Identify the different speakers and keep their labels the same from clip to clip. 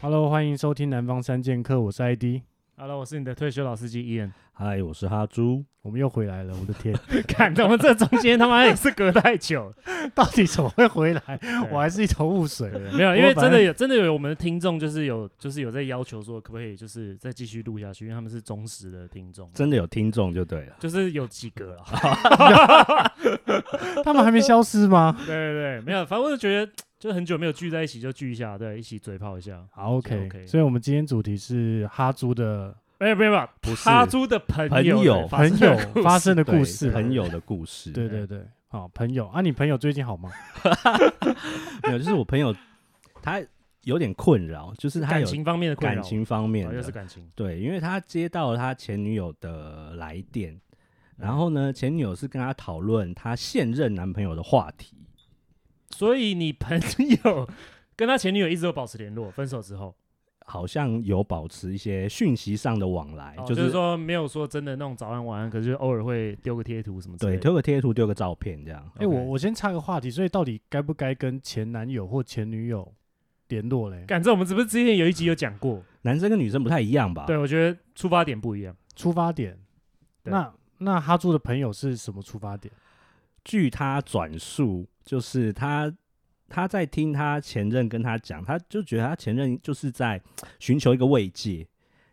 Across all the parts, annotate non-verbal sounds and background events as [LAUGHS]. Speaker 1: Hello，欢迎收听《南方三剑客》，我是 ID，
Speaker 2: Hello，我是你的退休老司机 Ian。 [LAUGHS]
Speaker 3: 嗨，我是哈猪。
Speaker 1: 我们又回来了，我的 [LAUGHS] 天，
Speaker 2: 看，我们这
Speaker 3: [LAUGHS]
Speaker 2: 中间他妈也是隔太久了，
Speaker 1: [LAUGHS] 到底怎么会回来？我还是一头雾水。
Speaker 2: 没有，因
Speaker 1: 我
Speaker 2: 为
Speaker 1: 本来
Speaker 2: 真的有真的有我们的听众，就是有就是有在要求说，可不可以就是再继续录下去，因为他们是忠实的听众，
Speaker 3: 真的有听众就对了。
Speaker 2: 就是有几个了。
Speaker 3: [LAUGHS]
Speaker 1: 他们还没消失吗
Speaker 2: [LAUGHS] 对对对，没有，反正我就觉得就很久没有聚在一起，就聚一下，对，一起嘴炮一下。
Speaker 1: 好，OK，,
Speaker 2: OK
Speaker 1: 所以我们今天主题是哈猪的
Speaker 2: 没有没有没有，
Speaker 3: 不是
Speaker 2: 他租的朋
Speaker 3: 朋
Speaker 2: 友
Speaker 3: 友
Speaker 2: 发
Speaker 1: 朋
Speaker 2: 生
Speaker 1: 友
Speaker 2: 的 [LAUGHS] 故事啊
Speaker 1: 发生的
Speaker 3: 对
Speaker 1: 故事，
Speaker 3: 朋，友的故事，
Speaker 1: 对对对，好朋友啊，你朋友最近好吗？
Speaker 3: 没有，就是我朋友他有点困扰，就是他
Speaker 2: 感
Speaker 3: 有
Speaker 2: 情方面的困扰
Speaker 3: 感情方面
Speaker 2: 啊又是
Speaker 3: 的，
Speaker 2: 感情，
Speaker 3: 对，因为他接到他前女友的来电，然后呢，前女友是跟他讨论他现任男朋友的话题，
Speaker 2: 所以你朋友 [LAUGHS] 跟他前女友一直都保持联络，分手之后。
Speaker 3: 好像有保持一些讯息上的往来，
Speaker 2: 哦
Speaker 3: 就
Speaker 2: 就是
Speaker 3: 是
Speaker 2: 说没有说真的那种早安晚安，可是就偶尔会丢个贴图什么之类
Speaker 3: 对，
Speaker 2: 的。
Speaker 3: 丢个贴图，丢个照片这样。
Speaker 2: 哦
Speaker 1: 哎、我我先插个话题，所以到底该不该跟前男友或前女友联络嘞？
Speaker 2: 感这我们是不是之前有一集有讲过？
Speaker 3: 男生跟女生不太一样吧？
Speaker 2: 对，我觉得出发点不一样。
Speaker 1: 出发点，
Speaker 2: 对
Speaker 1: 那那哈猪的朋友是什么出发点？
Speaker 3: 据他转述，就是他他在听他前任跟他讲，他就觉得他前任就是在寻求一个慰藉，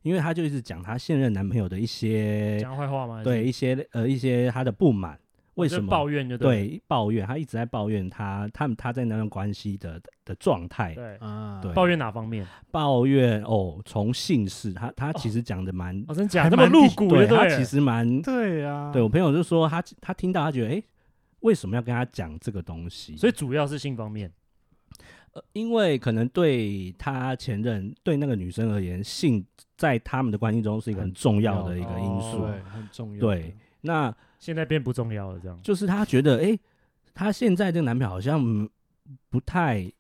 Speaker 3: 因为他就一直讲他现任男朋友的一些
Speaker 2: 讲坏话吗？还是
Speaker 3: 哎对，一些呃一些他的不满，为
Speaker 2: 就
Speaker 3: 什么
Speaker 2: 抱怨就了
Speaker 3: 对抱怨，他一直在抱怨他他们他在那段关系的的状态，
Speaker 2: 对，
Speaker 1: 啊，
Speaker 3: 对
Speaker 2: 抱怨哪方面？
Speaker 3: 抱怨哦，从姓氏，他他其
Speaker 2: 哦
Speaker 3: 实讲的蛮、
Speaker 2: 哦，真假
Speaker 1: 还
Speaker 2: 那么
Speaker 1: 蛮
Speaker 2: 露
Speaker 1: 低
Speaker 2: 骨，
Speaker 3: 对，
Speaker 2: 对
Speaker 3: 他
Speaker 2: 了
Speaker 3: 其实蛮
Speaker 1: 对啊，
Speaker 3: 对我朋友就说他他听到他觉得诶，为什么要跟他讲这个东西？
Speaker 2: 所以主要是性方面。
Speaker 3: 呃，因为可能对他前任对那个女生而言，性在他们的关系中是一个很重要的一个因素。
Speaker 2: 哦
Speaker 1: 对，很重要。
Speaker 3: 对，那
Speaker 2: 现在变不重要了，这样
Speaker 3: 就是他觉得，哎、他现在这个男朋友好像嗯不太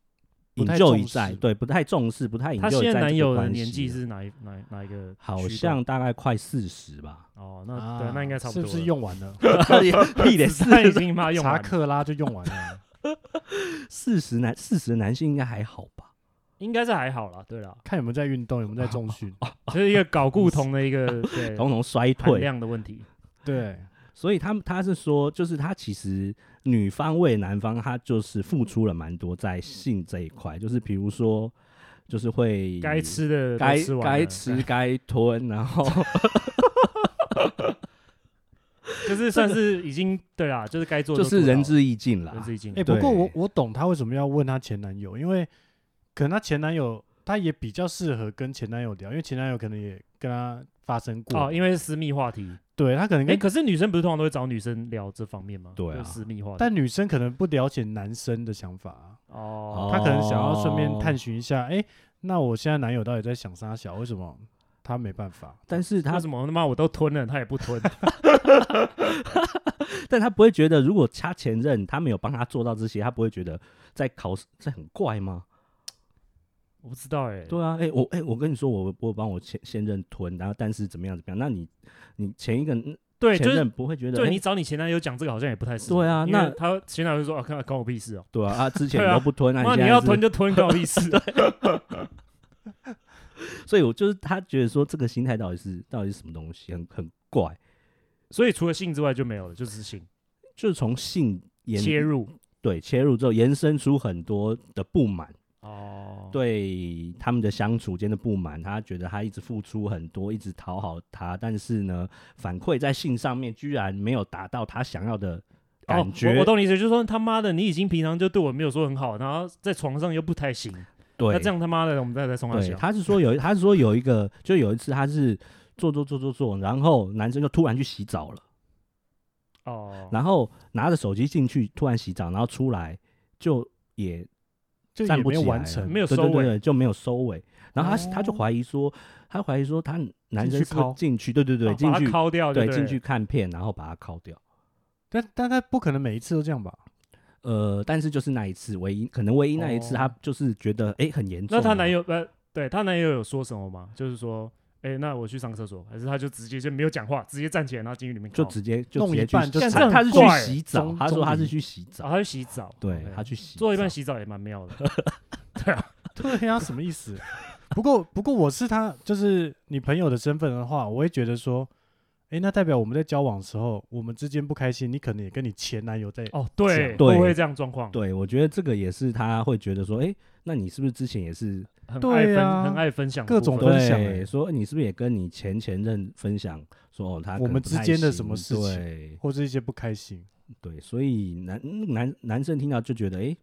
Speaker 1: 不太
Speaker 3: 引咎
Speaker 1: 重
Speaker 3: 于在，
Speaker 1: 视
Speaker 3: 对，不太重视，不太引
Speaker 2: 她
Speaker 3: 咎于
Speaker 2: 现在
Speaker 3: 在
Speaker 2: 男
Speaker 3: 这个
Speaker 2: 友的
Speaker 3: 关
Speaker 2: 年
Speaker 3: 系
Speaker 2: 纪
Speaker 3: 了
Speaker 2: 是哪一哪一哪一个区段？
Speaker 3: [LAUGHS] 好像啊大概快四十吧，
Speaker 2: 哦，那对，那应该差不
Speaker 1: 啊是
Speaker 2: 多了。
Speaker 1: 不是用
Speaker 2: [LAUGHS]
Speaker 1: 完了？
Speaker 3: 一点
Speaker 2: 子
Speaker 3: 四
Speaker 2: 弹已经妈用
Speaker 1: 查
Speaker 2: 完了，
Speaker 1: 克拉就用完了。 [LAUGHS]
Speaker 3: 四十男四十的男性应该还好吧？
Speaker 2: 应该是还好啦。对啦，
Speaker 1: 看有没有在运动，有没有在重
Speaker 2: [LAUGHS]
Speaker 1: 训。
Speaker 3: 哦
Speaker 2: 就是一个
Speaker 3: [LAUGHS]
Speaker 2: 搞固酮的一个对
Speaker 3: 统统衰
Speaker 2: 含
Speaker 3: 退，
Speaker 2: 量的问题。
Speaker 1: 对，
Speaker 2: 嗯
Speaker 3: 所以他们他是说，就是他其实女方为男方，他就是付出了蛮多在性这一块，就是比如说，就是会
Speaker 2: 该吃的都
Speaker 3: 该
Speaker 2: 吃完了
Speaker 3: 该吃该吞，然后
Speaker 2: 对
Speaker 3: [LAUGHS]
Speaker 2: 就是算是已经对啦，就是该做的
Speaker 3: 就
Speaker 2: 都做
Speaker 3: 是
Speaker 2: 到
Speaker 3: 仁
Speaker 2: 了
Speaker 3: 至义尽
Speaker 2: 仁
Speaker 3: 啦。
Speaker 2: 至义尽
Speaker 1: 哎、。不过我
Speaker 3: 对
Speaker 1: 我懂她为什么要问她前男友，因为可能她前男友她也比较适合跟前男友聊，因为前男友可能也跟她发生过。
Speaker 2: 哦，因为是私密话题。
Speaker 1: 对她可能
Speaker 2: 哎，
Speaker 1: 跟，
Speaker 2: 可是女生不是通常都会找女生聊这方面吗？
Speaker 3: 对啊
Speaker 2: 就私密话题。
Speaker 1: 但女生可能不了解男生的想法啊、
Speaker 2: 哦，
Speaker 1: 她可能想要顺便
Speaker 3: 哦
Speaker 1: 探寻一下，哎、那我现在男友到底在想啥小？为什么他没办法？
Speaker 3: 但是
Speaker 2: 他
Speaker 3: 他
Speaker 2: 什么他妈我都吞了，他也不
Speaker 3: [LAUGHS]
Speaker 2: 吞。
Speaker 3: 但他不会觉得，如果他前任他没有帮他做到这些，他不会觉得在考试这很怪吗？
Speaker 2: 我不知道哎。
Speaker 3: 对啊，哎、我哎、我跟你说，我我帮我前现任吞，然后但是怎么样怎么样？那你你前一个
Speaker 2: 对，就
Speaker 3: 前
Speaker 2: 是
Speaker 3: 任不会觉得
Speaker 2: 对
Speaker 3: 诶
Speaker 2: 你找你前男友讲这个好像也不太适合。
Speaker 3: 对啊
Speaker 2: 因为
Speaker 3: 那
Speaker 2: 他前男友就说啊，看关我屁事哦。
Speaker 3: 对啊啊，之前
Speaker 2: 对啊
Speaker 3: 都不吞，那
Speaker 2: 妈，
Speaker 3: 现
Speaker 2: 你
Speaker 3: 在
Speaker 2: 要
Speaker 3: 是
Speaker 2: 吞就吞，关
Speaker 3: [LAUGHS]
Speaker 2: 我屁事。哦
Speaker 3: 所以我就是他觉得说这个心态到底是到底是什么东西，很很怪，
Speaker 2: 所以除了性之外就没有了，就只是性
Speaker 3: 就是从性延
Speaker 2: 切入。
Speaker 3: 对切入之后，延伸出很多的不满，
Speaker 2: 哦，
Speaker 3: 对他们的相处间的不满，他觉得他一直付出很多，一直讨好他，但是呢，反馈在性上面居然没有达到他想要的感觉，
Speaker 2: 哦、我我懂你意思，就是说他妈的，你已经平常就对我没有说很好，然后在床上又不太行，
Speaker 3: 对，
Speaker 2: 那这样他妈的，我们哦再再送他
Speaker 3: 对，
Speaker 2: 小。
Speaker 3: 他是说有，他是说有一个，就有一次他是做做做做做，然后男生就突然去洗澡了，
Speaker 2: 哦，
Speaker 3: 然后拿着手机进去，突然洗澡，然后出来就也
Speaker 1: 就也
Speaker 3: 站不
Speaker 1: 没有
Speaker 3: 起
Speaker 2: 啊
Speaker 3: 来
Speaker 1: 完
Speaker 3: 了
Speaker 1: 成，
Speaker 2: 没有
Speaker 3: 对
Speaker 2: 收
Speaker 3: 对对
Speaker 2: 尾
Speaker 3: 对，就没有收尾。然后他是、他就
Speaker 1: 哦
Speaker 3: 怀疑说，他怀疑说他男
Speaker 1: 进
Speaker 3: 生
Speaker 1: 去
Speaker 3: 是不是
Speaker 1: 敲
Speaker 3: 进去，对对对，
Speaker 2: 哦
Speaker 3: 进
Speaker 2: 把
Speaker 3: 去
Speaker 2: 他敲掉就
Speaker 3: 对
Speaker 2: 对，
Speaker 3: 进去。看片，然后把他敲掉。
Speaker 1: 但但他不可能每一次都这样吧？
Speaker 3: 呃，但是就是那一次，唯一可能唯一那一次，
Speaker 2: 哦
Speaker 3: 他就是觉得哎、诶很严重啊。
Speaker 2: 那她男友呃，对她男友有说什么吗？就是说，哎，那我去上个厕所，还是他就直接就没有讲话，直接站起来，然后进去里面
Speaker 3: 就
Speaker 2: 靠
Speaker 3: 直接就
Speaker 1: 弄
Speaker 3: 直
Speaker 1: 一
Speaker 3: 接去
Speaker 1: 半
Speaker 3: 洗，
Speaker 1: 就
Speaker 3: 他
Speaker 2: 这样
Speaker 3: 他是
Speaker 2: 很
Speaker 3: 去
Speaker 2: 怪
Speaker 3: 洗
Speaker 1: 中
Speaker 3: 澡，他说
Speaker 1: 中
Speaker 3: 他是
Speaker 1: 离
Speaker 3: 去洗澡
Speaker 2: 哦，，他去洗澡，
Speaker 3: 对
Speaker 2: OK
Speaker 3: 他去洗
Speaker 2: 做一 [LAUGHS]
Speaker 3: 澡
Speaker 2: 半洗澡也蛮妙的。
Speaker 1: 对呀、什么意思？ [LAUGHS] 不过不过我是他，就是你朋友的身份的话，我会觉得说，诶，那代表我们在交往的时候，我们之间不开心，你可能也跟你前男友在
Speaker 2: 哦，对，
Speaker 3: 对
Speaker 2: 会不会这样状况？
Speaker 3: 对，我觉得这个也是他会觉得说，哎，那你是不是之前也是
Speaker 2: 很爱
Speaker 1: 对
Speaker 2: 分，
Speaker 1: 啊
Speaker 2: 很爱分享的
Speaker 1: 各
Speaker 2: 部
Speaker 1: 种
Speaker 2: 分
Speaker 1: 分享
Speaker 3: 对
Speaker 1: 欸
Speaker 3: 说你是不是也跟你前前任分享说，哦，他
Speaker 1: 我
Speaker 3: 可能
Speaker 1: 们
Speaker 3: 不
Speaker 1: 之
Speaker 3: 太
Speaker 1: 间的
Speaker 3: 行
Speaker 1: 什么事情
Speaker 3: 对
Speaker 1: 或是一些不开心。
Speaker 3: 对，所以男嗯男男生听到就觉得，哎，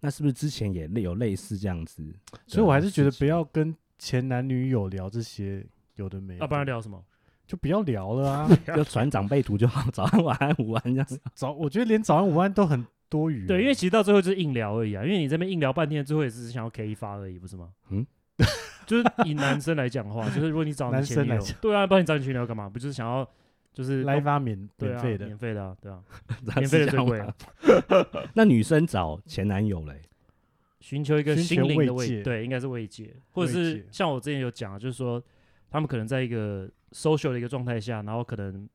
Speaker 3: 那是不是之前也类有类似这样子？
Speaker 2: 啊
Speaker 1: 所以我还是觉得
Speaker 3: 事
Speaker 1: 不要跟前男女友聊这些有的没的，
Speaker 2: 啊要不然聊什么？
Speaker 1: 就不要聊了
Speaker 2: [LAUGHS]
Speaker 1: 啊。
Speaker 3: 就传长辈图就好，早安、晚安、午安这样子。
Speaker 1: 早，我觉得连早安午安都很多余了。
Speaker 2: 对，因为其实到最后就是硬聊而已啊，因为你这边硬聊半天，最后也只是想要 K 一发而已，不是吗？
Speaker 3: 嗯，
Speaker 2: [LAUGHS] 就是以男生来
Speaker 1: [LAUGHS]
Speaker 2: 讲的话，就是如果你找你
Speaker 1: 男
Speaker 2: 前
Speaker 1: 生
Speaker 2: 女
Speaker 1: 来
Speaker 2: 友
Speaker 1: 讲，
Speaker 2: 对啊，不然你找你前女友干嘛？不就是想要就是
Speaker 1: 来一
Speaker 2: 弄
Speaker 1: 发免
Speaker 2: 对
Speaker 1: 免
Speaker 2: 啊
Speaker 1: 费
Speaker 2: 免
Speaker 1: 的，
Speaker 2: 费的啊，
Speaker 1: [LAUGHS]
Speaker 2: 对啊，
Speaker 3: 是
Speaker 2: 免费的
Speaker 3: 这
Speaker 2: 最
Speaker 3: 样
Speaker 2: 贵
Speaker 3: 吗
Speaker 2: 啊，
Speaker 3: 那女生找前男友嘞，
Speaker 2: 寻求一个
Speaker 1: 寻
Speaker 2: 心
Speaker 1: 求
Speaker 2: 灵
Speaker 1: 慰
Speaker 2: 的慰，
Speaker 1: 藉
Speaker 2: 对，应该是慰藉，或者
Speaker 1: 慰
Speaker 2: 是
Speaker 1: 藉
Speaker 2: 像我之前有讲啊，就是说他们可能在一个 social 的一个状态下，然后可能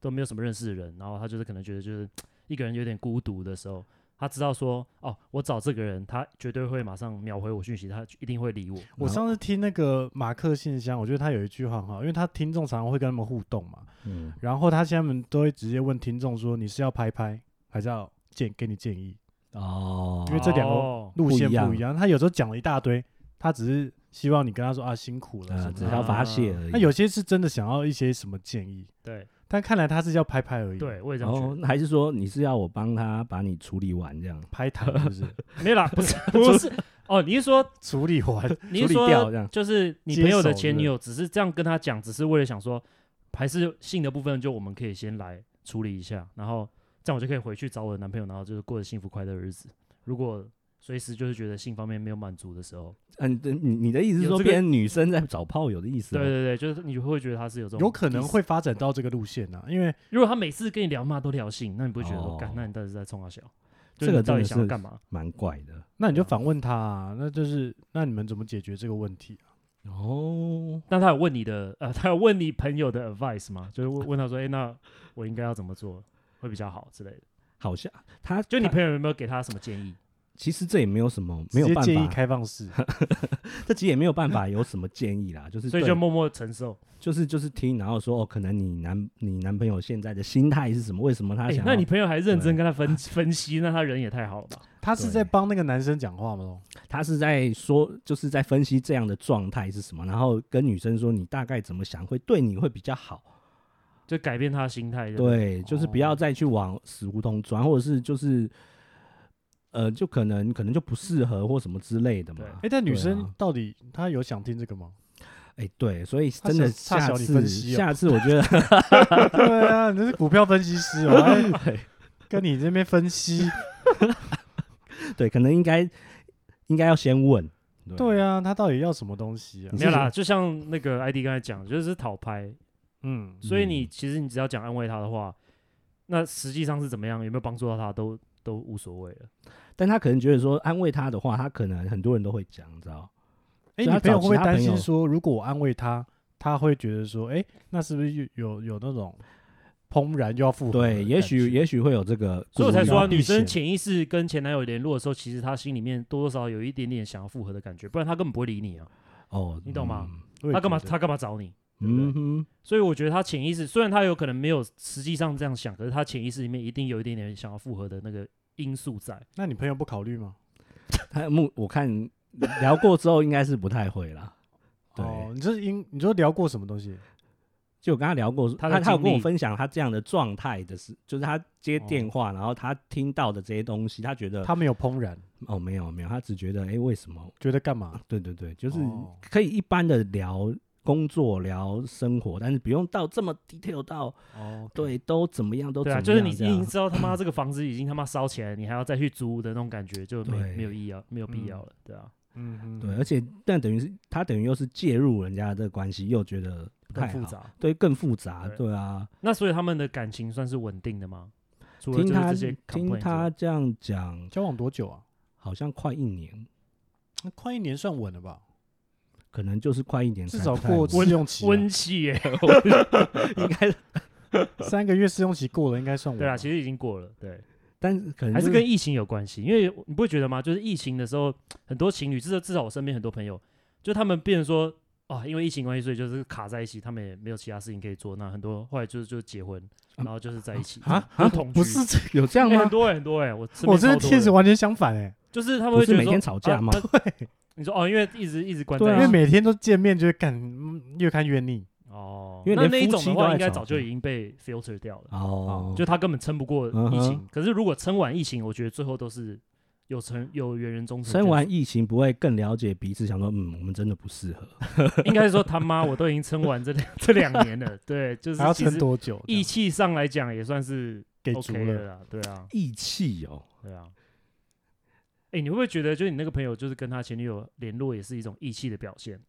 Speaker 2: 都没有什么认识的人，然后他就是可能觉得就是一个人有点孤独的时候，他知道说哦，我找这个人，他绝对会马上秒回我讯息，他一定会理我。
Speaker 1: 我上次听那个马克信箱，我觉得他有一句话很好，因为他听众常常会跟他们互动嘛，
Speaker 3: 嗯，
Speaker 1: 然后他现在们都会直接问听众说你是要拍拍还是要建给你建议，
Speaker 3: 哦，
Speaker 1: 因为这两个
Speaker 2: 哦
Speaker 1: 路线
Speaker 3: 不一样
Speaker 1: 不一样。他有时候讲了一大堆，他只是希望你跟他说啊辛苦了什
Speaker 3: 呃
Speaker 1: 么
Speaker 3: 只
Speaker 1: 之
Speaker 3: 是
Speaker 1: 类
Speaker 3: 要
Speaker 1: 的。啊
Speaker 3: 发泄而已。
Speaker 1: 那有些是真的想要一些什么建议，
Speaker 2: 对
Speaker 1: 但看来他是要拍拍而已，
Speaker 2: 对，，我也这样觉
Speaker 3: 哦
Speaker 2: 得。，
Speaker 3: 那还是说你是要我帮他把你处理完这样？
Speaker 1: 拍台是不是？ [LAUGHS]
Speaker 2: 没有啦，不是 [LAUGHS] 不是哦，你是说
Speaker 1: 处理完，
Speaker 2: 你是
Speaker 3: 处理掉这
Speaker 2: 说
Speaker 3: 样
Speaker 2: 就是你
Speaker 1: 接
Speaker 2: 朋友
Speaker 1: 手
Speaker 2: 的
Speaker 1: 是不
Speaker 2: 前女
Speaker 1: 是
Speaker 2: 友只是这样跟他讲，只是为了想说还是性的部分就我们可以先来处理一下，然后这样我就可以回去找我的男朋友，然后就是过着幸福快乐的日子。如果随时就是觉得性方面没有满足的时候，
Speaker 3: 嗯，对你你的意思是
Speaker 2: 有
Speaker 3: 说
Speaker 2: 这个
Speaker 3: 变成女生在找炮友的意思
Speaker 2: 对
Speaker 3: 吗？
Speaker 2: 对对，就是你会觉得他是有这种
Speaker 1: 有可能
Speaker 2: 意思
Speaker 1: 会。发展到这个路线啊，因为
Speaker 2: 如果他每次跟你聊嘛都聊性，那你不会觉得说，
Speaker 3: 哦
Speaker 2: 干、那你到底是在冲他笑？就
Speaker 3: 这
Speaker 2: 是
Speaker 3: 个
Speaker 2: 你到
Speaker 3: 真
Speaker 2: 底
Speaker 3: 的
Speaker 2: 想要
Speaker 3: 是
Speaker 2: 干嘛？
Speaker 3: 蛮怪的
Speaker 1: 那你就反问他、啊，那就是那你们怎么解决这个问题啊？
Speaker 3: 哦。
Speaker 2: 那他有问你的呃，他有问你朋友的 advice 吗？就是问问他说，哎、那我应该要怎么做会比较好之类的？
Speaker 3: 好像他
Speaker 2: 就你
Speaker 3: 他
Speaker 2: 朋友有没有给他什么建议？
Speaker 3: 其实这也没有什么没有
Speaker 1: 直接
Speaker 3: 办
Speaker 1: 建议
Speaker 3: 法，
Speaker 1: 开放式，
Speaker 3: 这集也没有办法有什么建议啦，就是
Speaker 2: 所以
Speaker 3: 对
Speaker 2: 就默默承受。
Speaker 3: 就是就是听，然后说哦，可能你男你男朋友现在的心态是什么？为什么他
Speaker 2: 哎、
Speaker 3: 想要？
Speaker 2: 那你朋友还认真跟他分分析，那他人也太好了吧？
Speaker 1: 他是在帮那个男生讲话吗？
Speaker 3: 他是在说，就是在分析这样的状态是什么，然后跟女生说你大概怎么想会对你会比较好。
Speaker 2: 就改变他的心态。不，
Speaker 3: 对，就是不要
Speaker 2: 哦
Speaker 3: 再去往死胡同钻，或者是就是，呃，就可能可能就不适合或什么之类的嘛
Speaker 2: 对。
Speaker 1: 哎、但女
Speaker 3: 对啊
Speaker 1: 生到底她有想听这个吗？
Speaker 3: 哎、对，所以
Speaker 1: 他
Speaker 3: 真的
Speaker 1: 想差
Speaker 3: 下
Speaker 1: 小你
Speaker 3: 次、
Speaker 1: 分析哦
Speaker 3: 下次我觉得
Speaker 1: 对啊，你这是股票分析师哦，还
Speaker 3: 对
Speaker 1: 跟你这边分析。
Speaker 3: 对，可能应该应该要先问。
Speaker 1: 对啊，他到底要什么东西啊
Speaker 3: 你？
Speaker 2: 没有啦，就像那个 ID 刚才讲，就是讨拍，
Speaker 1: 嗯，
Speaker 2: 所以你其实你只要讲安慰他的话，那实际上是怎么样，有没有帮助到他都都无所谓了。
Speaker 3: 但他可能觉得说安慰他的话，他可能很多人都会讲，你知道？
Speaker 1: 哎、
Speaker 3: 所以
Speaker 1: 你
Speaker 3: 他
Speaker 1: 朋友
Speaker 3: 找
Speaker 1: 会不会
Speaker 3: 其他
Speaker 1: 担
Speaker 3: 朋
Speaker 1: 心
Speaker 3: 友
Speaker 1: 说，如果我安慰他，他会觉得说，哎、那是不是有有有那种怦然就要复合的感觉？
Speaker 3: 对，也许也许会有这个顾虑，
Speaker 2: 所以我才说啊、
Speaker 1: 要避
Speaker 2: 女生
Speaker 1: 嫌
Speaker 2: 潜意识跟前男友联络的时候，其实她心里面多多少少有一点点想要复合的感觉，不然她根本不会理你啊。
Speaker 3: 哦，
Speaker 2: 你懂吗
Speaker 1: 我也
Speaker 2: 她干嘛？
Speaker 1: 觉得
Speaker 2: 她干嘛找你？对不对
Speaker 3: 嗯哼，
Speaker 2: 所以我觉得他潜意识，虽然他有可能没有实际上这样想，可是他潜意识里面一定有一点点想要复合的那个因素在。
Speaker 1: 那你朋友不考虑吗？
Speaker 3: 他目我看聊过之后，应该是不太会啦。对，
Speaker 1: 哦，你这是因你说聊过什么东西？
Speaker 3: 就我跟他聊过，
Speaker 2: 他
Speaker 3: 他
Speaker 2: 的
Speaker 3: 他有
Speaker 2: 经
Speaker 3: 跟我
Speaker 2: 历
Speaker 3: 分享他这样的状态的事，就是他接
Speaker 1: 哦
Speaker 3: 电话，然后他听到的这些东西，他觉得
Speaker 1: 他没有怦然，
Speaker 3: 哦没有没有，他只觉得哎为什么？
Speaker 1: 觉得干嘛？
Speaker 3: 对对对，就是
Speaker 1: 哦
Speaker 3: 可以一般的聊工作、聊生活，但是不用到这么 detail 到
Speaker 1: 哦，
Speaker 3: 对都怎么样都
Speaker 2: 对
Speaker 3: 怎
Speaker 2: 啊，
Speaker 3: 么样
Speaker 2: 就是你已
Speaker 3: 这样
Speaker 2: 经知道他妈这个房子已经他妈烧起来了，你还要再去租的那种感觉，就没
Speaker 3: 对
Speaker 2: 没有意要，没有必
Speaker 1: 嗯
Speaker 2: 要了，对啊，
Speaker 1: 嗯哼，
Speaker 3: 对，而且但等于是他等于又是介入人家的这个关系，又觉得不
Speaker 2: 更
Speaker 3: 太
Speaker 2: 复
Speaker 3: 好，
Speaker 2: 杂。
Speaker 3: 对，更复杂，
Speaker 2: 对
Speaker 3: 对啊。
Speaker 2: 那所以他们的感情算是稳定的吗？除了就
Speaker 3: 听
Speaker 2: 是
Speaker 3: 他
Speaker 2: 这些 c o m
Speaker 3: 听他这样讲，
Speaker 1: 交往多久啊？
Speaker 3: 好像快一年，
Speaker 1: 那快一年算稳了吧？
Speaker 3: 可能就是快一年才
Speaker 1: 至
Speaker 3: 不
Speaker 1: 少
Speaker 3: 太稳，
Speaker 1: 过试用期啊，
Speaker 2: 温气
Speaker 3: [LAUGHS]
Speaker 2: 耶，
Speaker 3: 应该，
Speaker 1: 三个月试用期过了，应该算稳
Speaker 2: 对
Speaker 1: 吧。
Speaker 2: 啊，其实已经过了，对，
Speaker 3: 但是可能
Speaker 2: 还是
Speaker 3: 就
Speaker 2: 跟疫情有关系，因为你不会觉得吗？就是疫情的时候，很多情侣，至少至少我身边很多朋友，就他们变成说啊，因为疫情关系，所以就是卡在一起，他们也没有其他事情可以做。那很多后来就是就结婚，然后就是在一起
Speaker 3: 啊
Speaker 2: 然后同居
Speaker 1: 不是这，
Speaker 3: 有这样
Speaker 2: 欸很
Speaker 3: 吗？
Speaker 2: 多欸很多哎，我身边
Speaker 1: 我这个
Speaker 2: 超多
Speaker 1: 贴
Speaker 2: 的
Speaker 1: 子完全相反哎、
Speaker 2: 就是他们
Speaker 3: 不
Speaker 2: 会
Speaker 3: 是
Speaker 2: 觉得
Speaker 3: 每
Speaker 2: 说
Speaker 3: 天吵架吗？？
Speaker 2: 啊那你说哦，因为一直一直关在
Speaker 3: 对
Speaker 1: 因
Speaker 3: 啊
Speaker 2: 一
Speaker 1: 为
Speaker 2: 起
Speaker 1: 每天都见面就会干，嗯越看越腻。
Speaker 2: 哦，
Speaker 3: 因为
Speaker 2: 那
Speaker 3: 连
Speaker 2: 那一
Speaker 3: 夫
Speaker 2: 种
Speaker 3: 妻
Speaker 2: 的
Speaker 3: 都
Speaker 2: 话，
Speaker 3: 在
Speaker 2: 应该
Speaker 3: 吵
Speaker 2: 早就
Speaker 3: 架
Speaker 2: 已经被 filter 掉了，
Speaker 3: 哦，
Speaker 2: 就他根本撑不过
Speaker 3: 嗯
Speaker 2: 疫
Speaker 3: 哼
Speaker 2: 情。可是如果撑完疫情，我觉得最后都是有成有缘人终成
Speaker 3: 生
Speaker 2: 眷
Speaker 3: 完疫情不会更了解彼此，想说嗯，我们真的不适合。
Speaker 2: 属，应该是说他妈我都已经撑完这两这两年了，对，就是
Speaker 1: 还要
Speaker 2: 其
Speaker 1: 撑
Speaker 2: 实
Speaker 1: 多久？
Speaker 2: 义气上来讲也算是
Speaker 1: 这样给足
Speaker 2: OK 了
Speaker 1: 了，
Speaker 2: 啦，对啊，
Speaker 3: 义气哦，
Speaker 2: 对啊。哎，你会不会觉得，就是你那个朋友，就是跟他前女友联络，也是一种义气的表现？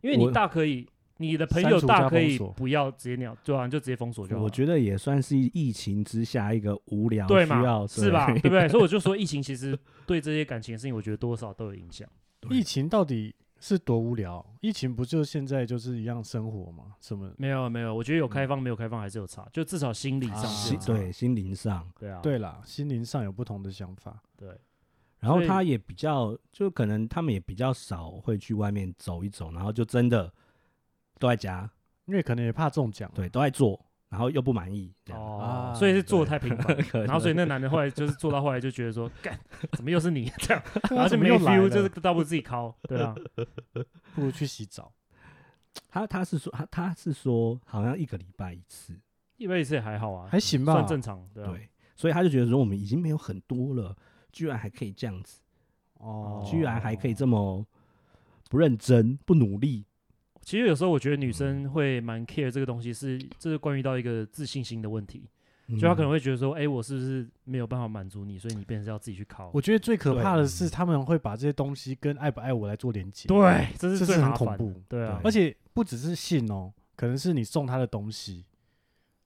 Speaker 2: 因为你
Speaker 3: 我
Speaker 2: 大可以，你的朋
Speaker 1: 删
Speaker 2: 友
Speaker 1: 除
Speaker 2: 大
Speaker 1: 加
Speaker 2: 可
Speaker 1: 封
Speaker 2: 以
Speaker 1: 锁
Speaker 2: 不要直接鸟，对啊，你就直接封锁就好了。
Speaker 3: 我觉得也算是疫情之下一个无聊
Speaker 2: 对
Speaker 3: 需
Speaker 2: 嘛，
Speaker 3: 要
Speaker 2: 是
Speaker 3: [LAUGHS]
Speaker 2: 吧？对不对？所以我就说，疫情其实对这些感情的事情，我觉得多少都有影响。
Speaker 1: 疫情到底是多无聊？疫情不就现在就是一样生活吗？什么？
Speaker 2: 没有没有，我觉得有开放没有开放还是有差，就至少心理上是 [LAUGHS]
Speaker 3: 啊心
Speaker 2: 有差
Speaker 3: 对心灵上，
Speaker 2: 对啊
Speaker 1: 对啦，心灵上有不同的想法。
Speaker 2: 对
Speaker 3: 然后
Speaker 2: 所以
Speaker 3: 他也比较，就可能他们也比较少会去外面走一走，然后就真的都在家，
Speaker 1: 因为可能也怕中奖，
Speaker 2: [LAUGHS]
Speaker 3: 对，都在做，然后又不满意，这样
Speaker 2: 哦
Speaker 1: 啊，
Speaker 2: 所以是做得太频繁
Speaker 3: [LAUGHS] 可，能
Speaker 2: 然后所以那男的后来就是做到后来就觉
Speaker 1: [LAUGHS]
Speaker 2: 得说，干怎么又是你 [LAUGHS] 这样，
Speaker 1: 对啊，
Speaker 2: 然后就
Speaker 1: 怎么
Speaker 2: 没
Speaker 1: 又来
Speaker 2: feel，
Speaker 1: 了
Speaker 2: 就是倒不如自己敲，对啊，
Speaker 1: 不如去洗澡。
Speaker 3: 他他是说他他是说好像一个礼拜一次，
Speaker 2: 一般一次也还好啊，
Speaker 1: 还行吧
Speaker 2: 算正常，对啊，
Speaker 3: 对，所以他就觉得说我们已经没有很多了，居然还可以这样子，
Speaker 1: 哦，
Speaker 3: 居然还可以这么不认真、不努力，
Speaker 2: 其实有时候我觉得女
Speaker 3: 嗯
Speaker 2: 生会蛮 care 这个东西是，这是关于到一个自信心的问题，
Speaker 1: 嗯
Speaker 2: 就她可能
Speaker 3: 会
Speaker 2: 会觉得说，哎，我是不是没有办法满足你，所以你变成是要自己去考。
Speaker 1: 我觉得最可怕
Speaker 2: 嗯
Speaker 1: 的是，他们会把这些东西跟爱不爱我来做连接。，
Speaker 2: 对，
Speaker 1: 这
Speaker 2: 这是
Speaker 1: 是
Speaker 2: 最
Speaker 1: 很
Speaker 2: 麻
Speaker 1: 恐
Speaker 2: 烦的
Speaker 1: 怖
Speaker 2: 对啊
Speaker 3: 对，
Speaker 1: 而且不只是信哦，可能是你送他的东西，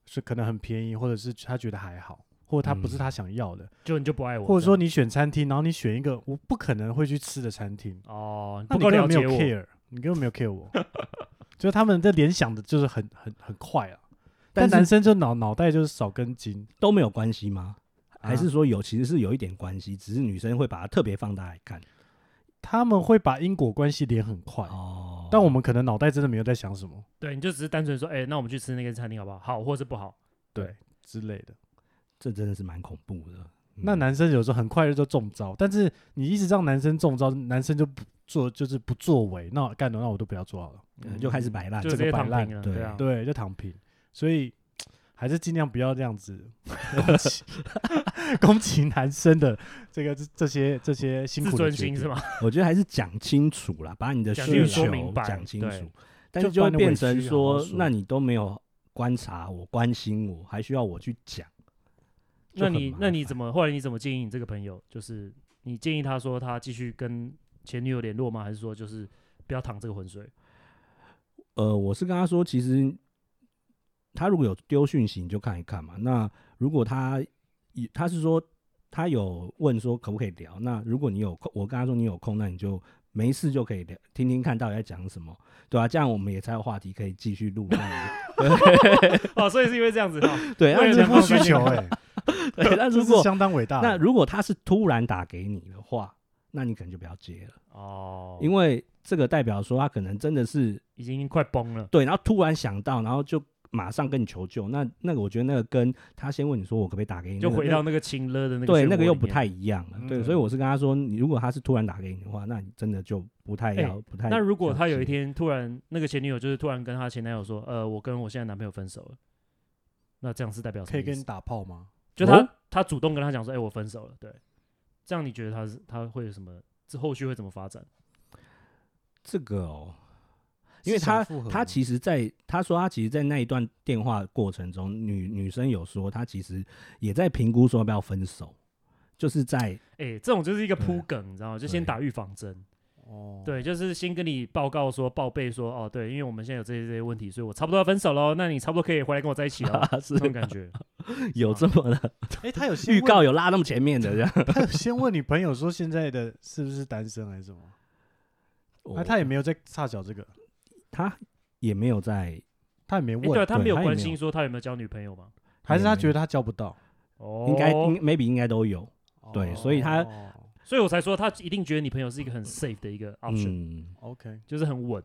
Speaker 1: 是可能很便宜，或者是他觉得还好，或者他不是
Speaker 3: 嗯
Speaker 1: 他想要的，
Speaker 2: 就你就不爱我这样，
Speaker 1: 或者说你选餐厅，然后你选一个我不可能会去吃的餐厅，
Speaker 2: 哦，你
Speaker 1: 那
Speaker 2: 不
Speaker 1: 你
Speaker 2: 够
Speaker 1: 根
Speaker 2: 了
Speaker 1: 本没
Speaker 2: 解
Speaker 1: 有
Speaker 2: 我，
Speaker 1: care，你根本没有 care 我，
Speaker 2: [LAUGHS]
Speaker 1: 就是他们的联想的就是很很很快啊。但
Speaker 3: 但
Speaker 1: 男
Speaker 3: 男
Speaker 1: 生
Speaker 3: 生
Speaker 1: 就脑脑袋就是少根筋，
Speaker 3: 都没有关系吗？还是
Speaker 1: 啊
Speaker 3: 说有其实是有一点关系，只是女生会把它特别放大来看。
Speaker 1: 他们会把因果关系连很快，
Speaker 3: 哦，
Speaker 1: 但我们可能脑袋真的没有在想什么，
Speaker 2: 对，你就只是单纯说，哎、那我们去吃那个餐厅好不好？好，或是不好？
Speaker 1: 对之类的。
Speaker 3: 这真的是蛮恐怖的。
Speaker 1: 那
Speaker 3: 嗯
Speaker 1: 男生有时候很快就中招，但是你一直让男生中招，男生就不做，就是不作为，那干的那我都不要做好了，
Speaker 3: 呃就开始摆烂
Speaker 2: 嗯就
Speaker 1: 这
Speaker 2: 直
Speaker 1: 个
Speaker 2: 接
Speaker 1: 摆
Speaker 2: 躺
Speaker 1: 烂
Speaker 2: 平了，
Speaker 3: 对
Speaker 2: 啊，
Speaker 1: 对，就躺平。所以还是尽量不要这样子 [LAUGHS] 攻击攻击男生的这个这这些这些辛
Speaker 2: 自
Speaker 1: 苦的
Speaker 2: 尊
Speaker 1: 决
Speaker 2: 心
Speaker 1: 定
Speaker 2: 是？吗？
Speaker 3: 我觉得还是讲清楚啦，把你的
Speaker 2: 讲
Speaker 3: 呃需
Speaker 1: 清
Speaker 3: 求
Speaker 1: 楚
Speaker 2: 明白
Speaker 3: 讲清
Speaker 2: 对
Speaker 3: 楚，但是
Speaker 1: 就
Speaker 3: 就
Speaker 1: 把
Speaker 3: 会
Speaker 1: 你的
Speaker 3: 变
Speaker 1: 委
Speaker 3: 成
Speaker 2: 啊
Speaker 1: 屈好好
Speaker 3: 说，
Speaker 1: 说
Speaker 3: 那你都没有观察我、关心我，还需要我去讲？
Speaker 2: 那
Speaker 3: 就很
Speaker 2: 你
Speaker 3: 麻
Speaker 2: 那你怎
Speaker 3: 烦
Speaker 2: 么后来你怎么建议你这个朋友？就是你建议他说他继续跟前女友联络吗？还是说就是不要淌这个浑水？ [LAUGHS]
Speaker 3: 呃，我是跟他说，其实他如果有丢讯息，你就看一看嘛。那如果他以他是说他有问说可不可以聊，那如果你有空，我跟他说你有空，那你就没事就可以聊，听听看到底在讲什么，对啊，这样我们也才有话题可以继续录。那
Speaker 2: 哦，所以是因为这
Speaker 3: [LAUGHS]
Speaker 2: 样子，哦、
Speaker 3: 你 [LAUGHS] 对，
Speaker 2: 为
Speaker 3: 那
Speaker 2: 了
Speaker 1: 这
Speaker 3: 如
Speaker 2: 两
Speaker 1: 不
Speaker 2: 个
Speaker 1: 需求哎、 [LAUGHS]
Speaker 3: 对那
Speaker 1: 这
Speaker 3: 如
Speaker 1: 是
Speaker 3: 果
Speaker 1: 相当伟大的。
Speaker 3: 那如果他是突然打给你的话，那你可能就不要接了，
Speaker 2: 哦，
Speaker 3: 因为这个代表说他可能真的是
Speaker 2: 已经快崩了，
Speaker 3: 对，然后突然想到，然后就马上跟你求救。那那个，我觉得那个跟他先问你说我可不可以打给你，
Speaker 2: 就
Speaker 3: 那个
Speaker 2: 回到那个情勒的那个
Speaker 3: 对
Speaker 2: 漩
Speaker 3: 那个
Speaker 2: 涡
Speaker 3: 又
Speaker 2: 里
Speaker 3: 不
Speaker 2: 面
Speaker 3: 太一样了。
Speaker 1: 嗯
Speaker 3: 对，所以我是跟他说，你如果他是突然打给你的话，那你真的就不太
Speaker 2: 哎
Speaker 3: 要，不太。
Speaker 2: 那如果他有一
Speaker 3: 天，
Speaker 2: 天突然那个前女友就是突然跟他前男友说，呃，我跟我现在男朋友分手了，那这样是代表什
Speaker 1: 可
Speaker 2: 么
Speaker 1: 以
Speaker 2: 意
Speaker 1: 跟
Speaker 2: 思
Speaker 1: 你？打炮吗？
Speaker 2: 就他、
Speaker 3: 哦
Speaker 2: 他主动跟他讲说，哎、我分手了，对，这样你觉得他是他会有什么？这后续会怎么发展？
Speaker 3: 这个哦，因为
Speaker 1: 是想啊
Speaker 3: 他
Speaker 1: 复合
Speaker 3: 他
Speaker 1: 吗
Speaker 3: 其实在，他说他其实，在那一段电话过程中，女女生有说，她其实也在评估说要不要分手，就是
Speaker 2: [LAUGHS]
Speaker 3: 在
Speaker 2: 哎、这种就是一个
Speaker 3: 对
Speaker 2: 铺梗，你知道吗？就先
Speaker 3: 对
Speaker 2: 打预防针，
Speaker 1: 哦，
Speaker 2: 对，就是先跟你报告说报备说，哦，对，因为我们现在有这些这些问题，所以我差不多要分手喽，那你差不多可以回来跟我在一起了，
Speaker 3: [LAUGHS] 啊是
Speaker 2: 这种感觉。
Speaker 3: 有这么的
Speaker 1: 哎、他 [LAUGHS] 有先
Speaker 3: 预
Speaker 1: 问
Speaker 3: 告，有拉那么前
Speaker 2: [LAUGHS]
Speaker 3: 面的这样。
Speaker 1: 他有先问你朋友说现在的是不是单身还是 [LAUGHS] 什么？
Speaker 2: 啊
Speaker 1: 那、他也没有在差小这个，
Speaker 3: 他也没有在
Speaker 1: 他也没
Speaker 2: 哎、
Speaker 1: 问，
Speaker 2: 对啊，他
Speaker 3: 对
Speaker 2: 没有
Speaker 3: 他也
Speaker 2: 关
Speaker 3: 没有
Speaker 2: 心说他有没有交女朋友嘛？
Speaker 1: 还是他
Speaker 3: 没有
Speaker 1: 觉得他交不到？
Speaker 2: 哦，
Speaker 3: 应该应 maybe 应该都有，对所以他
Speaker 1: 哦
Speaker 2: 所以我才说他一定觉得你朋友是一个很 safe 的一个 option，、
Speaker 3: 嗯，
Speaker 1: OK，
Speaker 2: 就是很稳，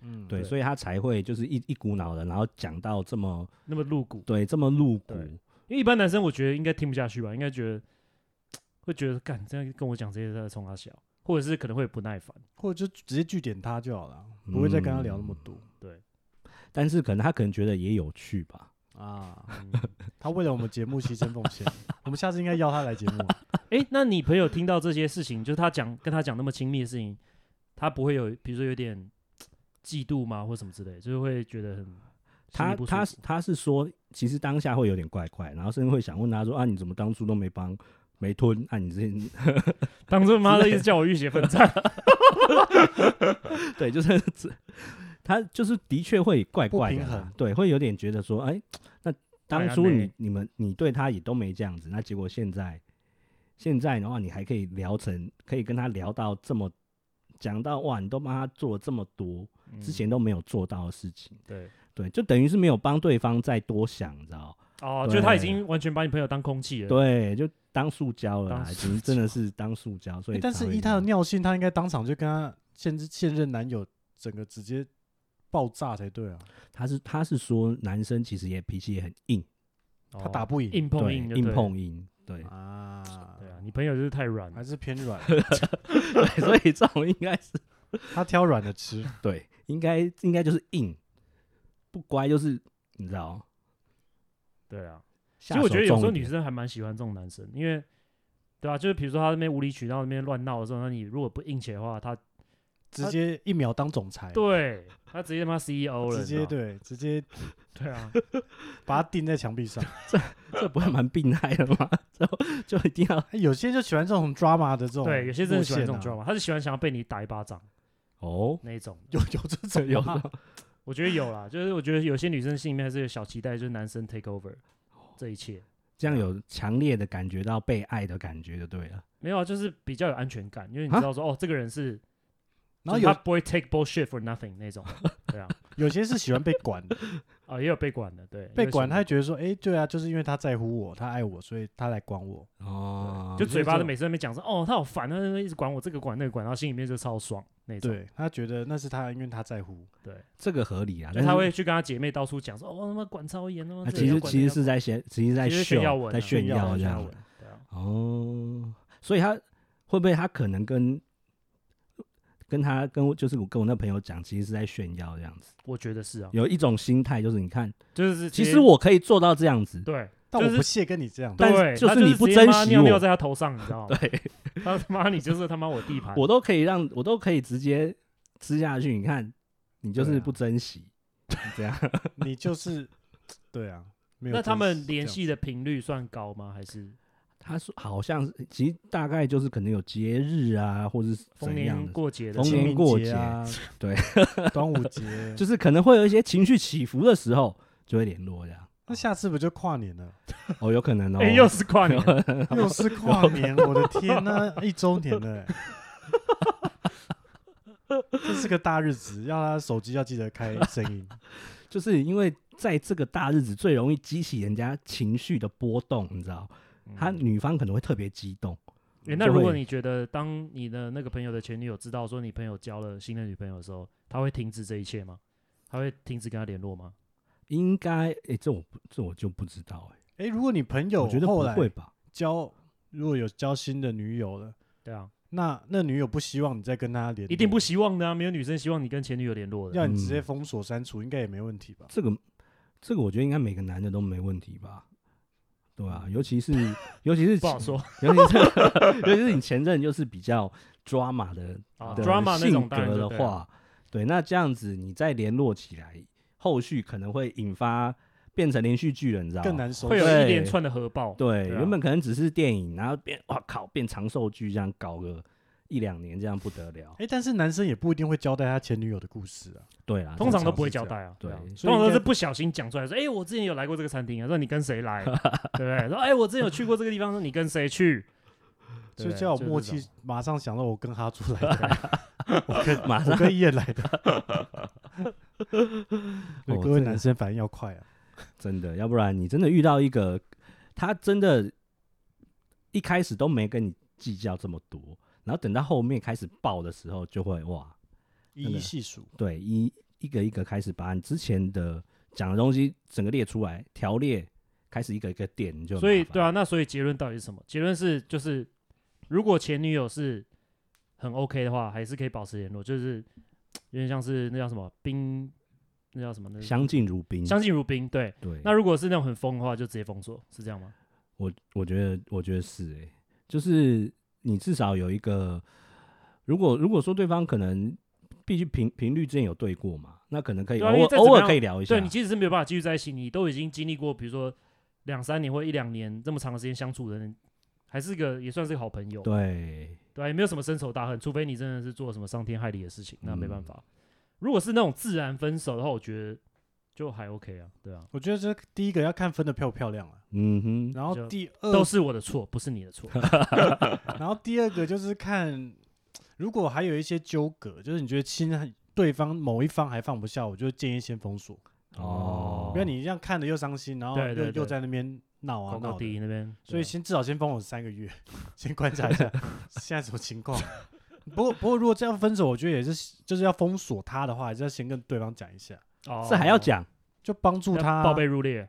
Speaker 1: 嗯，
Speaker 3: 对，
Speaker 2: 对
Speaker 3: 所以他才会就是一一股脑的，然后讲到这么
Speaker 2: 那么露骨。
Speaker 3: 对这么露骨，
Speaker 2: 对因为一般男生我觉得应该听不下去吧，应该觉得会觉得干这样跟我讲这些在冲他笑，或者是可能会不耐烦。
Speaker 1: 或者就直接据点他就好了，不会再跟他聊那么多
Speaker 2: 对，
Speaker 3: 嗯但是可能他可能觉得也有趣吧。
Speaker 1: 啊。
Speaker 2: 嗯
Speaker 1: 他为了我们节目牺牲奉 [LAUGHS] 献，我们下次应该邀他来节目啊。
Speaker 2: 哎、那你朋友听到这些事情，就是他讲跟他讲那么亲密的事情，他不会有比如说有点嫉妒吗，或什么之类，就是会觉得很心里 [LAUGHS]
Speaker 3: 他
Speaker 2: 不舒
Speaker 3: 他
Speaker 2: 服
Speaker 3: 他是说，其实当下会有点怪怪，然后甚至会想问他说啊，你怎么当初都没帮没吞啊？你这
Speaker 2: 当初妈的一直叫我浴血奋战，
Speaker 3: 对，就是这他就是的确会怪怪的
Speaker 1: 不平
Speaker 3: 啦
Speaker 1: 衡，
Speaker 3: 对，会有点觉得说，哎，那当初你你们你对他也都没这样子，那结果现在现在的话，你还可以聊成，可以跟他聊到这么讲到哇，你都帮他做了这么多 [LAUGHS]
Speaker 2: 嗯
Speaker 3: 之前都没有做到的事情，
Speaker 2: 对
Speaker 3: 对，就等于是没有帮对方再多想，你知道？
Speaker 2: 哦，
Speaker 3: 对
Speaker 2: 就他已经完全把你朋友当空气了。
Speaker 3: 对，就当塑胶了啦，
Speaker 2: 当
Speaker 3: 已
Speaker 2: 塑
Speaker 3: 经真的是当塑胶，所以
Speaker 1: 欸但是
Speaker 3: 才会
Speaker 1: 依他的
Speaker 3: 这样
Speaker 1: 尿性，他应该当场就跟他现任现任男友整个直接爆炸才对啊，
Speaker 3: 他是他是说男生其实也脾气也很硬，
Speaker 2: 哦，
Speaker 1: 他打不赢
Speaker 2: 硬碰
Speaker 3: 对
Speaker 2: 硬就
Speaker 3: 硬
Speaker 2: 对了。
Speaker 3: 碰硬，对。
Speaker 1: 啊。
Speaker 2: 对啊，你朋友就是太软了
Speaker 1: 还。是偏软，
Speaker 3: [LAUGHS] 对，所以这种应该是
Speaker 1: [LAUGHS] 他挑软的吃。
Speaker 3: 对，应该应该就是硬，不乖就是你知道。
Speaker 2: 对啊，其
Speaker 3: 其
Speaker 2: 实我觉得有时候女生还蛮喜欢这种男生，因为对啊，就是比如说他那边无理取闹、那边乱闹的时候，那你如果不硬起来的话，他
Speaker 1: 直接一秒当总裁，，
Speaker 2: 对他直接他妈 CEO 了，
Speaker 1: 直接
Speaker 2: 你知道吗
Speaker 1: 对，直接
Speaker 2: 对啊，
Speaker 1: 把他钉在墙壁上。
Speaker 3: [LAUGHS] 这不会蛮病态的吗？ [LAUGHS] 就就一定要
Speaker 1: 哎有些就喜欢这种 drama 的这种、啊
Speaker 2: 对，有些真的喜欢这
Speaker 3: 啊
Speaker 2: 种
Speaker 1: drama，
Speaker 2: drama，他是喜欢想要被你打一巴掌
Speaker 3: [LAUGHS] 哦，
Speaker 2: 那一种。
Speaker 1: 有有这种
Speaker 3: 有
Speaker 1: 吗
Speaker 2: 我觉得有啦， [LAUGHS] 就是我觉得有些女生心里面还是有小期待，就是男生 take over 这一切。
Speaker 3: 这样有强烈的感觉到被爱的感觉就对了。
Speaker 2: 没有啊，就是比较有安全感，因为你
Speaker 3: 啊
Speaker 2: 知道说，哦，这个人是，
Speaker 1: 然后
Speaker 2: 就是他
Speaker 1: 有
Speaker 2: 不会 take bullshit for nothing 那
Speaker 3: [LAUGHS]
Speaker 2: 种，对啊，
Speaker 1: 有些是喜欢被管
Speaker 2: [LAUGHS]
Speaker 1: 的，
Speaker 2: 啊，也有被管的，对，
Speaker 1: 被
Speaker 2: 有
Speaker 1: 管，
Speaker 2: 什么
Speaker 1: 他会觉得说，哎、对啊，就是因为他在乎我，他爱我，所以他来管我。
Speaker 3: 哦，
Speaker 2: 就
Speaker 1: 所以
Speaker 2: 嘴巴
Speaker 1: 这
Speaker 2: 的
Speaker 1: 种
Speaker 2: 每次在那边讲说，哦，他好烦，他在那边一直管我这个管那个管，然后心里面就超爽那种，
Speaker 1: 对他觉得那是他，因为他在乎。
Speaker 2: 对，
Speaker 3: 这个合理啊，
Speaker 2: 就
Speaker 3: 但
Speaker 2: 他
Speaker 3: 是
Speaker 2: 会去跟他姐妹到处讲说，哦，他妈管超严，他妈
Speaker 3: 那
Speaker 2: 这
Speaker 3: 其
Speaker 2: 个要
Speaker 3: 实
Speaker 2: 管
Speaker 3: 其
Speaker 2: 那
Speaker 3: 实
Speaker 2: 个
Speaker 3: 是
Speaker 2: 要
Speaker 3: 在炫，其实是在
Speaker 2: 管其实炫耀
Speaker 3: 秀，
Speaker 2: 文啊，
Speaker 3: 在炫
Speaker 1: 炫耀
Speaker 3: 耀
Speaker 1: 文
Speaker 3: 这
Speaker 2: 炫耀
Speaker 3: 样
Speaker 2: 文。，对啊，
Speaker 3: 哦，所以他会不会他可能跟跟他跟我就是我跟我那朋友讲，其实是在炫耀这样子，
Speaker 2: 我觉得是啊，
Speaker 3: 有一种心态就是你看，
Speaker 2: 就是
Speaker 3: 其
Speaker 2: 直
Speaker 3: 实
Speaker 2: 接
Speaker 3: 我可以做到这样子，
Speaker 2: 对。
Speaker 1: 但
Speaker 2: 就
Speaker 1: 我
Speaker 2: 是
Speaker 1: 不屑跟你这样，
Speaker 3: 但
Speaker 2: 对，
Speaker 3: 是就
Speaker 2: 他
Speaker 3: 是你不
Speaker 2: 直接
Speaker 3: 珍
Speaker 2: 妈
Speaker 3: 惜
Speaker 2: 尿尿
Speaker 3: 我
Speaker 2: 在他头上，你知道吗？
Speaker 3: 对
Speaker 2: [LAUGHS] 他妈你就是他妈我地盘，
Speaker 3: 我都可以让我都可以直接吃下去，你看你就是
Speaker 1: 对啊
Speaker 3: 不珍惜，
Speaker 2: [LAUGHS]
Speaker 3: 你这样
Speaker 1: 你就是对啊。没有
Speaker 2: 那他
Speaker 1: 真实
Speaker 2: 们联
Speaker 1: 这样
Speaker 2: 系的频率算高吗？还是
Speaker 3: 他说好像是其实大概就是可能有节日啊，或者是
Speaker 2: 逢
Speaker 3: 怎样
Speaker 2: 年
Speaker 3: 的，
Speaker 2: 过节的
Speaker 3: 逢
Speaker 2: 时候
Speaker 1: 清
Speaker 3: 年
Speaker 1: 明
Speaker 3: 过
Speaker 1: 节啊，
Speaker 3: 对，
Speaker 1: 端午
Speaker 2: [LAUGHS]
Speaker 1: 节
Speaker 3: 就是可能会有一些情绪起伏的时候就会联络这样。
Speaker 1: 那下次不就跨年
Speaker 2: [LAUGHS]
Speaker 1: 了？
Speaker 3: 哦，有可能哦，
Speaker 2: 哎，又是跨
Speaker 3: [LAUGHS]
Speaker 2: 年，
Speaker 1: 又是跨年，我的天呐，一周年了欸、 [LAUGHS] 这是个大日子，要他手机要记得开声音。
Speaker 3: 就是因为在这个大日子最容易激起人家情绪的波动，你知道，他
Speaker 2: 嗯
Speaker 3: 女方可能会特别激动。
Speaker 2: 诶那
Speaker 3: 就
Speaker 2: 如果
Speaker 3: 会
Speaker 2: 你觉得当你的那个朋友的前女友知道说你朋友交了新的女朋友的时候，他会停止这一切吗？他会停止跟他联络吗？
Speaker 3: 应该，哎、这我不这我就不知道、
Speaker 1: 哎、
Speaker 3: 哎，
Speaker 1: 如果你朋友
Speaker 3: 我觉得不
Speaker 1: 后来
Speaker 3: 会吧？
Speaker 1: 交，如果有交新的女友了，
Speaker 2: 对啊，
Speaker 1: 那那女友不希望你再跟他联络，
Speaker 2: 一定不希望的啊，没有女生希望你跟前女友联络的。
Speaker 1: 要你直接
Speaker 3: 嗯
Speaker 1: 封锁删除，应该也没问题吧？
Speaker 3: 这个这个，我觉得应该每个男的都没问题吧？对啊，尤
Speaker 2: [LAUGHS]
Speaker 3: 其是尤其是
Speaker 2: 不好
Speaker 3: [LAUGHS]
Speaker 2: 说
Speaker 3: 尤其是尤其是你前任就是比较抓马的
Speaker 2: [LAUGHS] 啊
Speaker 3: 的
Speaker 2: ，drama 那
Speaker 3: 性
Speaker 2: 种当然
Speaker 3: 格
Speaker 2: 就
Speaker 3: 的
Speaker 2: 对啊，
Speaker 3: 话，对，那这样子你再联络起来，后续可能会引发变成连续剧了，你知
Speaker 2: 啊
Speaker 3: 道吗？
Speaker 1: 更难收
Speaker 2: 会有
Speaker 1: 拾。
Speaker 2: 一
Speaker 3: 对
Speaker 2: 连串的核爆。
Speaker 3: 对，
Speaker 2: 对啊
Speaker 3: 原本可能只是电影，然后变哇靠，变长寿剧这样搞个一两年，这样不得了。
Speaker 1: 哎、但是男生也不一定会交代他前女友的故事啊。
Speaker 3: 对啊，
Speaker 2: 通常都不会
Speaker 1: 通常
Speaker 2: 交
Speaker 1: 是这
Speaker 2: 代啊，对啊，
Speaker 3: 对
Speaker 1: 所以
Speaker 2: 通常都
Speaker 1: 应该
Speaker 2: 是不小心讲出来，说，哎、我之前有来过这个餐厅啊，说你跟谁
Speaker 1: [LAUGHS]
Speaker 2: 来，对不对？说，哎、我之前有去过这个地方，说你跟谁去，对
Speaker 1: 就叫我
Speaker 2: 就这
Speaker 1: 默
Speaker 2: 种
Speaker 1: 契，马上想到我跟哈猪来的，
Speaker 2: [LAUGHS]
Speaker 1: 我跟
Speaker 3: 马
Speaker 1: 我
Speaker 3: 上
Speaker 1: 跟叶来的。对
Speaker 3: 哦
Speaker 1: 各位
Speaker 3: 这个
Speaker 1: 男生反应要快啊！
Speaker 3: 真的，要不然你真的遇到一个他真的，一开始都没跟你计较这么多，然后等到后面开始爆的时候，就会哇，
Speaker 1: 一
Speaker 3: 那
Speaker 1: 一
Speaker 3: 个
Speaker 1: 细数。
Speaker 3: 对，一一个一个开始把你之前的讲的东西整个列出来，条列开始一个一个点，你就很
Speaker 2: 所以
Speaker 3: 麻烦
Speaker 2: 对啊，那所以结论到底是什么？结论是就是，如果前女友是很 OK 的话，还是可以保持联络，就是有点像是那叫什么冰，那叫什么？那
Speaker 3: 相敬如宾。
Speaker 2: 相敬如宾。对，
Speaker 3: 对，
Speaker 2: 那如果是那种很疯的话，就直接封锁，是这样吗？
Speaker 3: 我我觉得我觉得是哎、就是你至少有一个，如果如果说对方可能毕竟频频率之前有对过嘛，那可能可以
Speaker 2: 对
Speaker 3: 偶
Speaker 2: 啊因为
Speaker 3: 尔
Speaker 2: 再怎么
Speaker 3: 偶尔
Speaker 2: 样
Speaker 3: 可以聊一下。
Speaker 2: 对你即使是没有办法继续在一起，你都已经经历过，比如说两三年或一两年这么长的时间相处的人，还是个也算是个好朋友，
Speaker 3: 对
Speaker 2: 对啊，也没有什么深仇大恨，除非你真的是做什么伤天害理的事情，那没办
Speaker 3: 嗯
Speaker 2: 法。如果是那种自然分手的话，我觉得就还 OK 啊，对啊，
Speaker 1: 我觉得这第一个要看分的漂不漂亮啊，
Speaker 3: 嗯哼，
Speaker 1: 然后
Speaker 2: 就
Speaker 1: 第
Speaker 2: 都
Speaker 1: 二，
Speaker 2: 是我的错，不是你的
Speaker 3: [LAUGHS]
Speaker 2: 错。
Speaker 1: 然后第二个就是看，如果还有一些纠葛，就是你觉得亲还对方某一方还放不下，我就建议先封锁，
Speaker 3: 哦
Speaker 1: 不然你这样看着又伤心，然后
Speaker 2: 对对
Speaker 1: 又
Speaker 2: 对
Speaker 1: 又在那边闹啊
Speaker 2: 广
Speaker 1: 闹
Speaker 2: 告
Speaker 1: 的
Speaker 2: 第一那边，对
Speaker 1: 所以
Speaker 2: 啊
Speaker 1: 先至少先封我三个月， [LAUGHS] 先观察一
Speaker 2: [LAUGHS]
Speaker 1: 下现在什么情况。不过不过，如果这样分手，我觉得也是就是要封锁他的话，还是要先跟对方讲一下，
Speaker 2: 哦
Speaker 3: 这还要讲
Speaker 1: 就帮助
Speaker 2: 要
Speaker 1: 他
Speaker 2: 报备入列，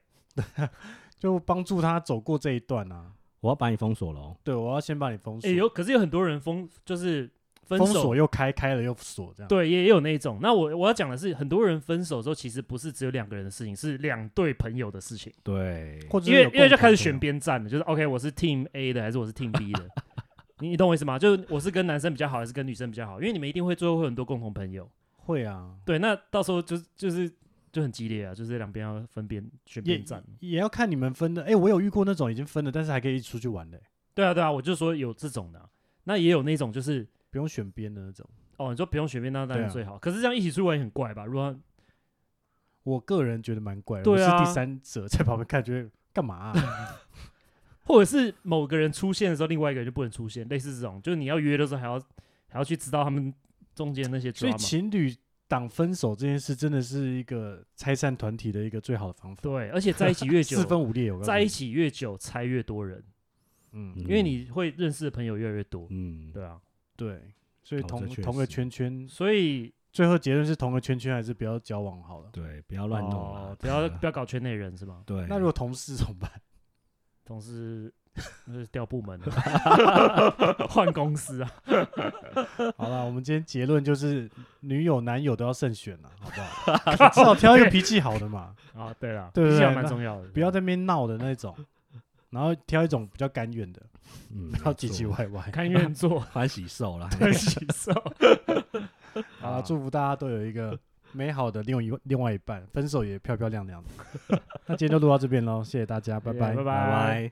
Speaker 1: 就帮助他走过这一段啊。
Speaker 3: 我要把你封锁了哦。
Speaker 1: 对，我要先把你封锁，
Speaker 2: 哎，有可是有很多人封就是分
Speaker 1: 封
Speaker 2: 手
Speaker 1: 锁又开，开了又锁，这样。
Speaker 2: 对，也也有那一种。那我我要讲的是，很多人分手之后，其实不是只有两个人的事情，是两对朋友的事情。
Speaker 3: 对，
Speaker 1: 或者是
Speaker 2: 因为
Speaker 1: 有
Speaker 2: 因为就
Speaker 1: 共
Speaker 2: 开始
Speaker 1: 同
Speaker 2: 选
Speaker 1: 的
Speaker 2: 边站了，就是 OK，我是 Team A 的，还是我是 Team B 的？你你懂我意思吗？就是我是跟男生比较好，还是跟女生比较好？因为你们一定会最后会有很多共同朋友。
Speaker 1: 会啊，
Speaker 2: 对，那到时候就是就是就很激烈啊，就是两边要分边选
Speaker 1: 也
Speaker 2: 边站。
Speaker 1: 也要看你们分的。哎，我有遇过那种已经分了，但是还可以一起出去玩的，诶
Speaker 2: 对啊，对啊，我就说有这种的啊、那也有那种就是
Speaker 1: 不用选边的那种。
Speaker 2: 哦，你说不用选边，那当
Speaker 1: 对
Speaker 2: 然
Speaker 1: 啊
Speaker 2: 最好。可是这样一起出去玩也很怪吧？如果他
Speaker 1: 我个人觉得蛮怪的，我
Speaker 2: 对
Speaker 1: 是
Speaker 2: 啊
Speaker 1: 第三者在旁边看，觉得干嘛
Speaker 2: [LAUGHS]
Speaker 1: 啊、
Speaker 2: 或者是某个人出现的时候，另外一个人就不能出现，类似这种，就是你要约的时候还要还要去知道他们中间那些
Speaker 1: 所以
Speaker 2: drama
Speaker 1: 情侣党分手这件事真的是一个拆散团体的一个最好的方法。
Speaker 2: 对，而且在一起
Speaker 1: [LAUGHS]
Speaker 2: 越久，
Speaker 1: 四分五裂，我告诉
Speaker 2: 在
Speaker 1: 你
Speaker 2: 一，起越久，猜越多人，
Speaker 1: 嗯，
Speaker 3: 嗯
Speaker 2: 因为你会认识的朋友越来越多。
Speaker 3: 嗯，
Speaker 2: 对啊，
Speaker 1: 对，所以
Speaker 3: 哦
Speaker 1: 同
Speaker 3: 这确实
Speaker 1: 同个圈圈，
Speaker 2: 所以
Speaker 1: 最后结论是同个圈圈还是不要交往好了。
Speaker 3: 对，不要乱弄
Speaker 2: 哦
Speaker 1: 啊
Speaker 3: 了，
Speaker 1: [LAUGHS]
Speaker 2: 不要不要搞圈内人是吗？
Speaker 3: 对。
Speaker 1: 那如果同事怎么
Speaker 2: [LAUGHS]
Speaker 1: 办？
Speaker 2: 同事就是调部
Speaker 1: [LAUGHS]
Speaker 2: 门了，换公司啊。
Speaker 1: 好了，我们今天结论就是女友、男友都要慎选了，好
Speaker 2: [LAUGHS]
Speaker 1: 不好？至少挑一个脾气好的嘛，
Speaker 2: 啊，对了，
Speaker 1: 对对
Speaker 2: 脾气还
Speaker 1: 对
Speaker 2: 蛮
Speaker 1: 那
Speaker 2: 重要的。
Speaker 1: 不要在那边闹的那种，然后挑一种比较甘愿的，
Speaker 3: 嗯
Speaker 1: 不要唧唧
Speaker 3: 没错
Speaker 1: 歪歪。
Speaker 2: 看
Speaker 1: [LAUGHS]
Speaker 2: 愿做
Speaker 3: 欢喜
Speaker 2: [LAUGHS]
Speaker 3: 受了，
Speaker 2: 欢喜受。
Speaker 1: 好
Speaker 2: 啊
Speaker 1: 了，祝福大家都有一个美好的另外一另外一半，分手也漂漂亮亮的。那今天就录到这边喽，谢谢大家，拜
Speaker 2: 谢谢
Speaker 1: 拜
Speaker 2: 拜。
Speaker 3: 拜拜。